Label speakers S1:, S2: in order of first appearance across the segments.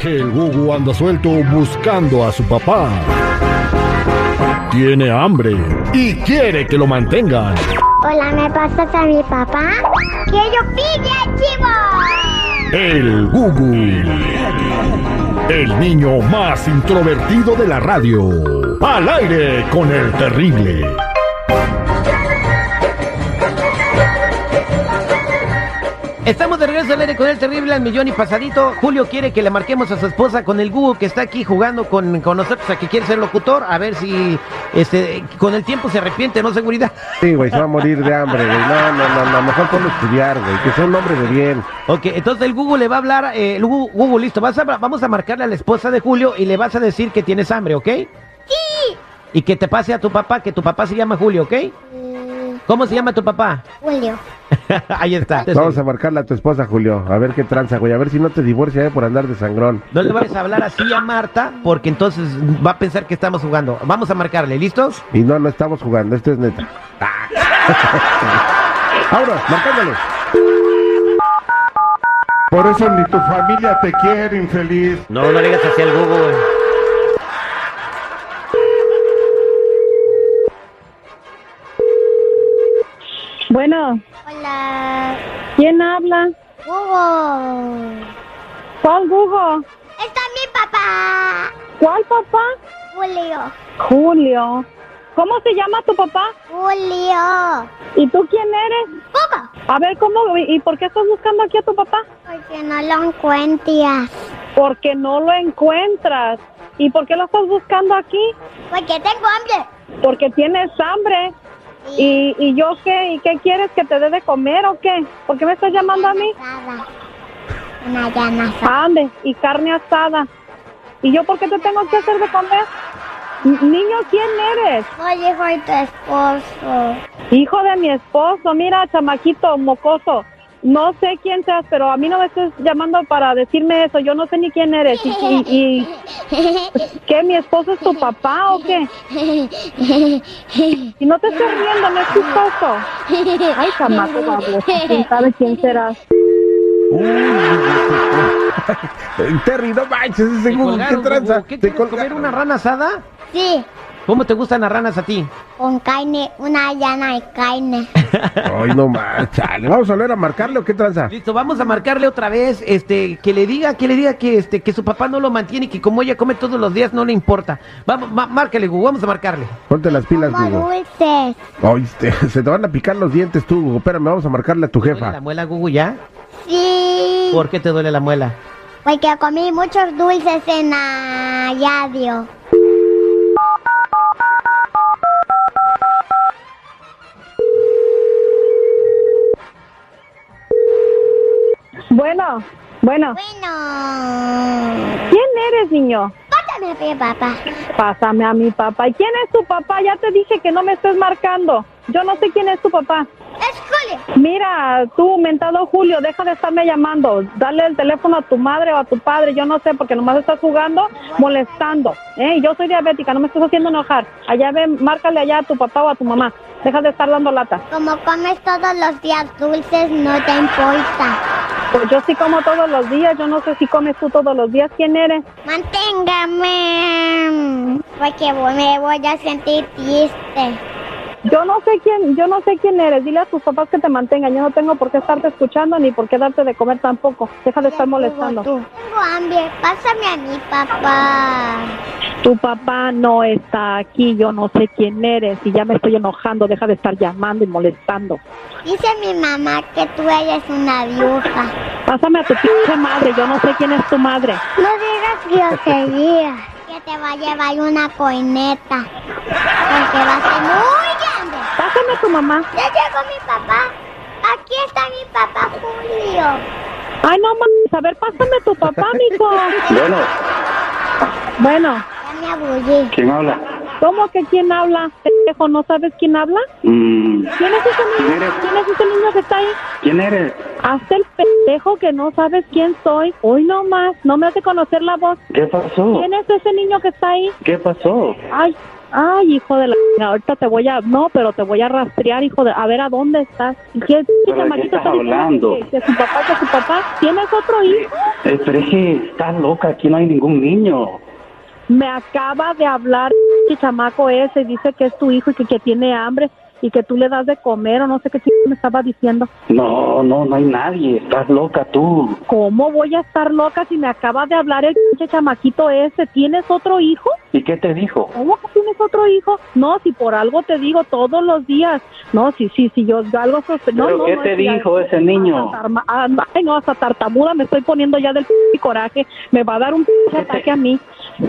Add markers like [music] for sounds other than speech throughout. S1: que el Gugu anda suelto buscando a su papá. Tiene hambre y quiere que lo mantengan.
S2: Hola, ¿me pasas a mi papá? ¡Que yo pille chivo!
S1: El Gugu. El niño más introvertido de la radio. Al aire con el terrible.
S3: Estamos de regreso al aire con el terrible al millón y pasadito. Julio quiere que le marquemos a su esposa con el Google que está aquí jugando con, con nosotros, a que quiere ser locutor, a ver si este con el tiempo se arrepiente, ¿no? Seguridad. [laughs]
S4: Sí, güey, se va a morir de hambre, güey. No, no, no, no, mejor ponlo a estudiar, güey, que sea un hombre de bien.
S3: Ok, entonces el Google le va a hablar, eh, el Google, Google, listo, vas a, vamos a marcarle a la esposa de Julio y le vas a decir que tienes hambre, ¿ok?
S2: ¡Sí!
S3: Y que te pase a tu papá, que tu papá se llama Julio, ¿ok?
S2: Mm,
S3: ¿Cómo se llama tu papá? [laughs]
S2: Julio.
S3: Ahí está.
S4: Vamos a marcarle a tu esposa, Julio, a ver qué tranza, güey, a ver si no te divorcia eh, por andar de sangrón.
S3: No le vayas a hablar así a Marta, porque entonces va a pensar que estamos jugando. Vamos a marcarle, ¿listos?
S4: Y no, no estamos jugando, esto es neta. Ah. [laughs] Ahora, marcándole.
S5: Por eso ni tu familia te quiere, infeliz.
S3: No, no le digas así al Google.
S6: Bueno,
S2: Hola,
S6: ¿quién habla?
S2: Hugo.
S6: ¿Cuál Hugo?
S2: Está mi papá,
S6: ¿Cuál papá?
S2: Julio.
S6: Julio. ¿Cómo se llama tu papá?
S2: Julio.
S6: ¿Y tú quién eres?
S2: Hugo.
S6: A ver, ¿cómo y y por qué estás buscando aquí a tu papá?
S2: Porque no lo encuentras.
S6: Porque no lo encuentras. ¿Y por qué lo estás buscando aquí?
S2: Porque tengo hambre.
S6: Porque tienes hambre. ¿Y, y yo qué? ¿Y qué quieres que te dé de comer o qué? ¿Por qué me estás llamando a mí?
S2: Asada. Una llana asada.
S6: Ande, y carne asada. ¿Y yo por qué te tengo que hacer de comer? N- Niño, ¿quién eres?
S2: Soy hijo de tu esposo.
S6: Hijo de mi esposo, mira, chamaquito, mocoso. No sé quién seas, pero a mí no me estés llamando para decirme eso. Yo no sé ni quién eres. ¿Y, y, y qué? ¿Mi esposo es tu papá o qué? Y no te estés riendo, no es chistoso. Ay,
S2: [laughs]
S6: chamaco, baboso, ¿Quién sabe quién serás?
S4: Eh, Terry, no manches, ese
S3: Te
S4: Google, ¿qué
S3: colgaron,
S4: tranza?
S3: Gugu. ¿Qué
S4: Te
S3: quieres comer
S4: colgaron.
S3: una rana asada?
S2: Sí,
S3: ¿Cómo te gustan las ranas a ti?
S2: con carne, una llana de carne.
S4: Ay, no manches, chale. ¿Vamos a volver a marcarle o qué tranza?
S3: Listo, vamos a marcarle otra vez, este, que le diga, que le diga que este, que su papá no lo mantiene y que como ella come todos los días no le importa. Vamos, ma- márcale, Gugu, vamos a marcarle.
S4: Ponte las pilas,
S2: Como
S4: Hugo.
S2: dulces.
S4: Ay, te- [laughs] se te van a picar los dientes tú, Hugo. Espérame, vamos a marcarle a tu
S3: ¿Te duele la
S4: jefa.
S3: muela, Gugu, ya?
S2: Sí.
S3: ¿Por qué te duele la muela?
S2: Porque comí muchos dulces en Ayadio.
S6: Bueno, bueno.
S2: Bueno.
S6: ¿Quién eres, niño?
S2: Pásame a mi papá.
S6: Pásame a mi papá. ¿Y quién es tu papá? Ya te dije que no me estés marcando. Yo no sé quién es tu papá.
S2: Es Julio.
S6: Mira, tú, mentado Julio, deja de estarme llamando. Dale el teléfono a tu madre o a tu padre, yo no sé, porque nomás estás jugando, molestando. ¿eh? Y Yo soy diabética, no me estás haciendo enojar. Allá ve, márcale allá a tu papá o a tu mamá. Deja de estar dando lata.
S2: Como comes todos los días dulces, no te importa.
S6: Pues yo sí como todos los días, yo no sé si comes tú todos los días. ¿Quién eres?
S2: Manténgame. Porque me voy a sentir triste.
S6: Yo no sé quién, yo no sé quién eres. Dile a tus papás que te mantengan. Yo no tengo por qué estarte escuchando ni por qué darte de comer tampoco. Deja de estar molestando.
S2: Tú. Tengo hambre. Pásame a mi papá.
S6: Tu papá no está aquí, yo no sé quién eres y ya me estoy enojando, deja de estar llamando y molestando.
S2: Dice mi mamá que tú eres una viuja.
S6: Pásame a tu pinche madre, yo no sé quién es tu madre.
S2: No digas groserías. que te va a llevar una coineta. Porque va a ser muy grande.
S6: Pásame a tu mamá.
S2: Ya llegó mi papá. Aquí está mi papá Julio.
S6: Ay, no mames, a ver, pásame a tu papá, mijo.
S7: Bueno,
S6: Bueno,
S2: Ya me aburrí.
S7: ¿quién habla?
S6: ¿cómo que quién habla? Pendejo, ¿no sabes quién habla?
S7: Mm,
S6: ¿Quién es ese
S7: ¿Quién
S6: niño?
S7: eres?
S6: ¿Quién es ese niño que está ahí?
S7: ¿Quién eres?
S6: Hazte el pendejo que no sabes quién soy. Hoy no más, no me hace conocer la voz.
S7: ¿Qué pasó?
S6: ¿Quién es ese niño que está ahí?
S7: ¿Qué pasó?
S6: Ay, Ay, hijo de la... chingada, Ahorita te voy a... No, pero te voy a rastrear, hijo de... A ver, ¿a dónde estás? ¿Y qué
S7: ¿Pero de qué
S6: chamaquito
S7: estás
S6: está diciendo
S7: hablando?
S6: Que, que su papá, que su papá... ¿Tienes otro hijo?
S7: Eh, pero es que está loca, aquí no hay ningún niño.
S6: Me acaba de hablar que chamaco ese. Dice que es tu hijo y que, que tiene hambre y que tú le das de comer o no sé qué chico me estaba diciendo.
S7: No, no, no hay nadie, estás loca tú.
S6: ¿Cómo voy a estar loca si me acaba de hablar el pinche chamaquito ese? ¿Tienes otro hijo?
S7: ¿Y qué te dijo?
S6: ¿Cómo que tienes otro hijo? No, si por algo te digo todos los días. No, sí, sí, sí, yo yo algo sospe- no,
S7: ¿Pero
S6: no,
S7: qué
S6: no,
S7: te
S6: es que ya-
S7: dijo ese niño?
S6: hasta tarma- ah, no, Ay, no, hasta tartamuda me estoy poniendo ya del pinche coraje. Me va a dar un pinche
S7: ¿Qué te-
S6: ataque a mí.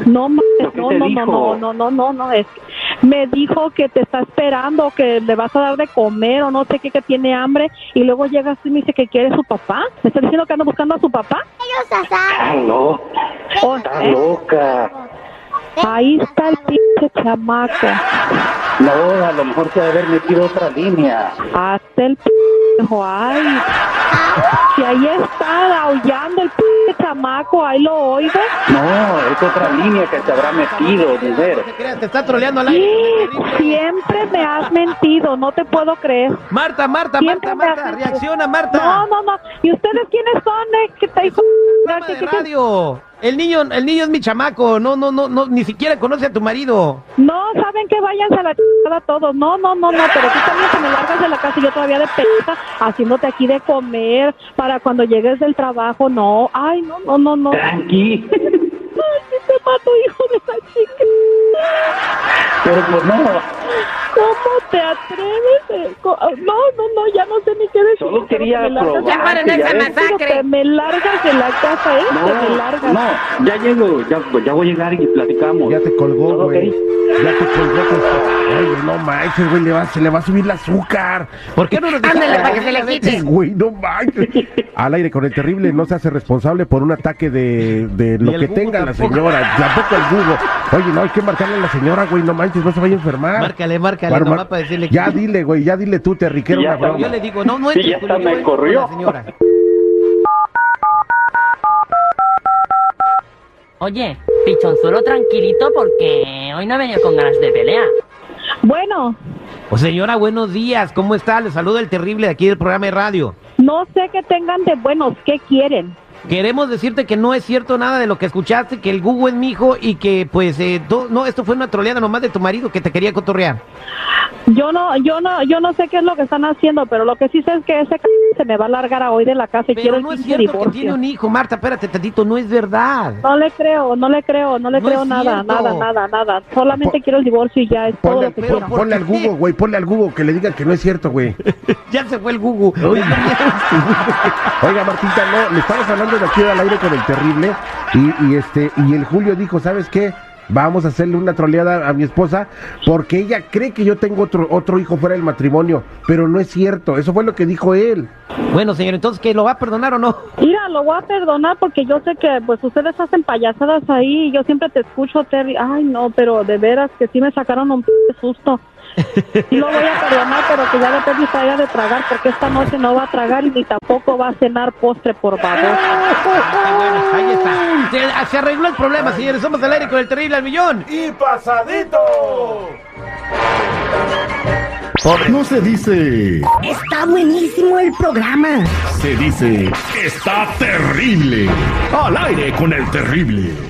S6: No, mames,
S7: ¿Pero qué
S6: no,
S7: te
S6: no, no,
S7: dijo?
S6: no, no, no, no, no, es que me dijo que te está esperando, que le vas a dar de comer o no sé qué, que tiene hambre y luego llegas tú y me dice que quiere su papá. ¿Me está diciendo que anda buscando a su papá?
S2: Ellos ya saben.
S7: Estás loca,
S6: Oh,
S7: Ah, estás
S6: eh,
S7: loca.
S6: ahí está el pinche chamaco.
S7: No, a lo mejor te ha de haber metido otra línea.
S6: Hasta el pinche, ay. Si ahí está aullando el pinche chamaco, ahí lo oigo.
S7: No, es otra línea que te habrá metido, mujer.
S3: No te creas, te está troleando al aire. con el
S6: Sí,
S3: terrible.
S6: siempre me has mentido, no te puedo creer.
S3: Marta, Marta,
S6: Siempre
S3: Marta,
S6: me
S3: Marta,
S6: haces-
S3: reacciona,
S6: No,
S3: Marta.
S6: no, no. ¿Y ustedes quiénes son? eh? ¿Qué te hijo?
S3: Programa
S6: ¿Qué-
S3: de
S6: qué- qué-
S3: radio. El niño, el niño es mi chamaco. No, no, no, no, ni siquiera conoce a tu marido.
S6: No, saben que váyanse a la chingada todos. No, no, no, no, pero tú también que me largas de la casa y yo todavía de pesa haciéndote aquí de comer para cuando llegues del trabajo. No, ay, no, no, no, no. Ay,
S7: Tranqui,
S6: sí te mato, hijo de esa chica.
S7: pero pues no,
S6: ¿Cómo te atreves? eh? Co- No, no, no, ya no sé ni qué decir.
S7: Solo
S6: pero que
S7: quería
S6: me largas de-
S7: probar. Ya paren esa
S6: Pero
S8: masacre.
S6: que me largas de la casa, ¿eh?
S7: no,
S6: que me largas.
S7: no, ya llego, ya, ya voy a llegar y platicamos.
S4: Ya te colgó,
S7: Todo
S4: güey.
S7: ok.
S4: Ya te colgó. con- Ay, no manches, güey, le va, se le va a subir el azúcar.
S3: ¿Por qué no nos
S8: Ándale,
S3: dijiste?
S8: para que se le quite.
S4: Güey, no manches. Al aire con el terrible no se hace responsable por un ataque de, de
S3: Y
S4: lo
S3: el
S4: que
S3: Hugo
S4: tenga la
S3: tampoco.
S4: señora. Tampoco el Hugo. Oye, no, hay que marcarle a la señora, güey, no manches, no se vaya a enfermar.
S3: Márcale, márcale,
S4: Mar-
S3: nomás
S4: mar-
S3: para decirle que-
S4: Ya dile, güey, ya dile tú, Terry, que era
S7: Y ya
S4: una broma.
S7: está.
S3: Yo le digo, no, no es
S7: Sí, ya hasta me corrió.
S3: señora.
S8: Oye, pichonzuelo tranquilito porque hoy no he venido con ganas de pelea.
S6: Bueno,
S3: Oh, señora, buenos días. ¿Cómo está? Le saluda el terrible de aquí del programa de radio.
S6: no sé qué tengan de buenos, ¿qué quieren?
S3: Queremos decirte que no es cierto nada de lo que escuchaste, que el Google es mi hijo y que, pues, eh, to- no, esto fue una troleada nomás de tu marido que te quería cotorrear.
S6: Yo no, yo no, yo no sé qué es lo que están haciendo, pero lo que sí sé es que ese c- se me va a largar a hoy de la casa y quiero
S3: Pero
S6: el
S3: no es
S6: pinche
S3: cierto que
S6: divorcio.
S3: tiene un hijo, Marta, espérate tantito, no es verdad. [laughs]
S6: No le creo, no le creo, no le
S3: No
S6: creo
S3: es
S6: nada,
S3: cierto.
S6: nada, nada, nada. Solamente quiero el divorcio y ya es todo
S4: Ponle,
S6: lo que
S4: pon-
S6: quiero.
S3: por-
S4: ponle al
S3: ¿por qué?
S4: Hugo, güey, ponle al Hugo que le diga que no es cierto, güey.
S3: Ya se fue el Google.
S4: [laughs] Oiga, Martita, no, le estamos hablando de aquí al aire con el terrible. Y, y este, y el Julio dijo, ¿sabes qué? Vamos a hacerle una troleada a mi esposa porque ella cree que yo tengo otro, otro hijo fuera del matrimonio, pero no es cierto. Eso fue lo que dijo él.
S3: Bueno, señor, entonces, ¿que lo va a perdonar o no?
S6: Mira, lo voy a perdonar porque yo sé que pues ustedes hacen payasadas ahí y yo siempre te escucho, Terry. Ay, no, pero de veras que sí me sacaron un p susto. Sí lo voy a perdonar, pero que ya de Terry se haya de tragar porque esta noche no va a tragar y ni tampoco va a cenar postre, por favor.
S3: Ah, bueno, ahí está. Se, se arregló el problema, señores. Somos al aire con el terrible al millón.
S5: Y pasadito.
S1: No se dice,
S9: Está buenísimo el programa.
S1: se dice, está terrible. Al aire con el terrible.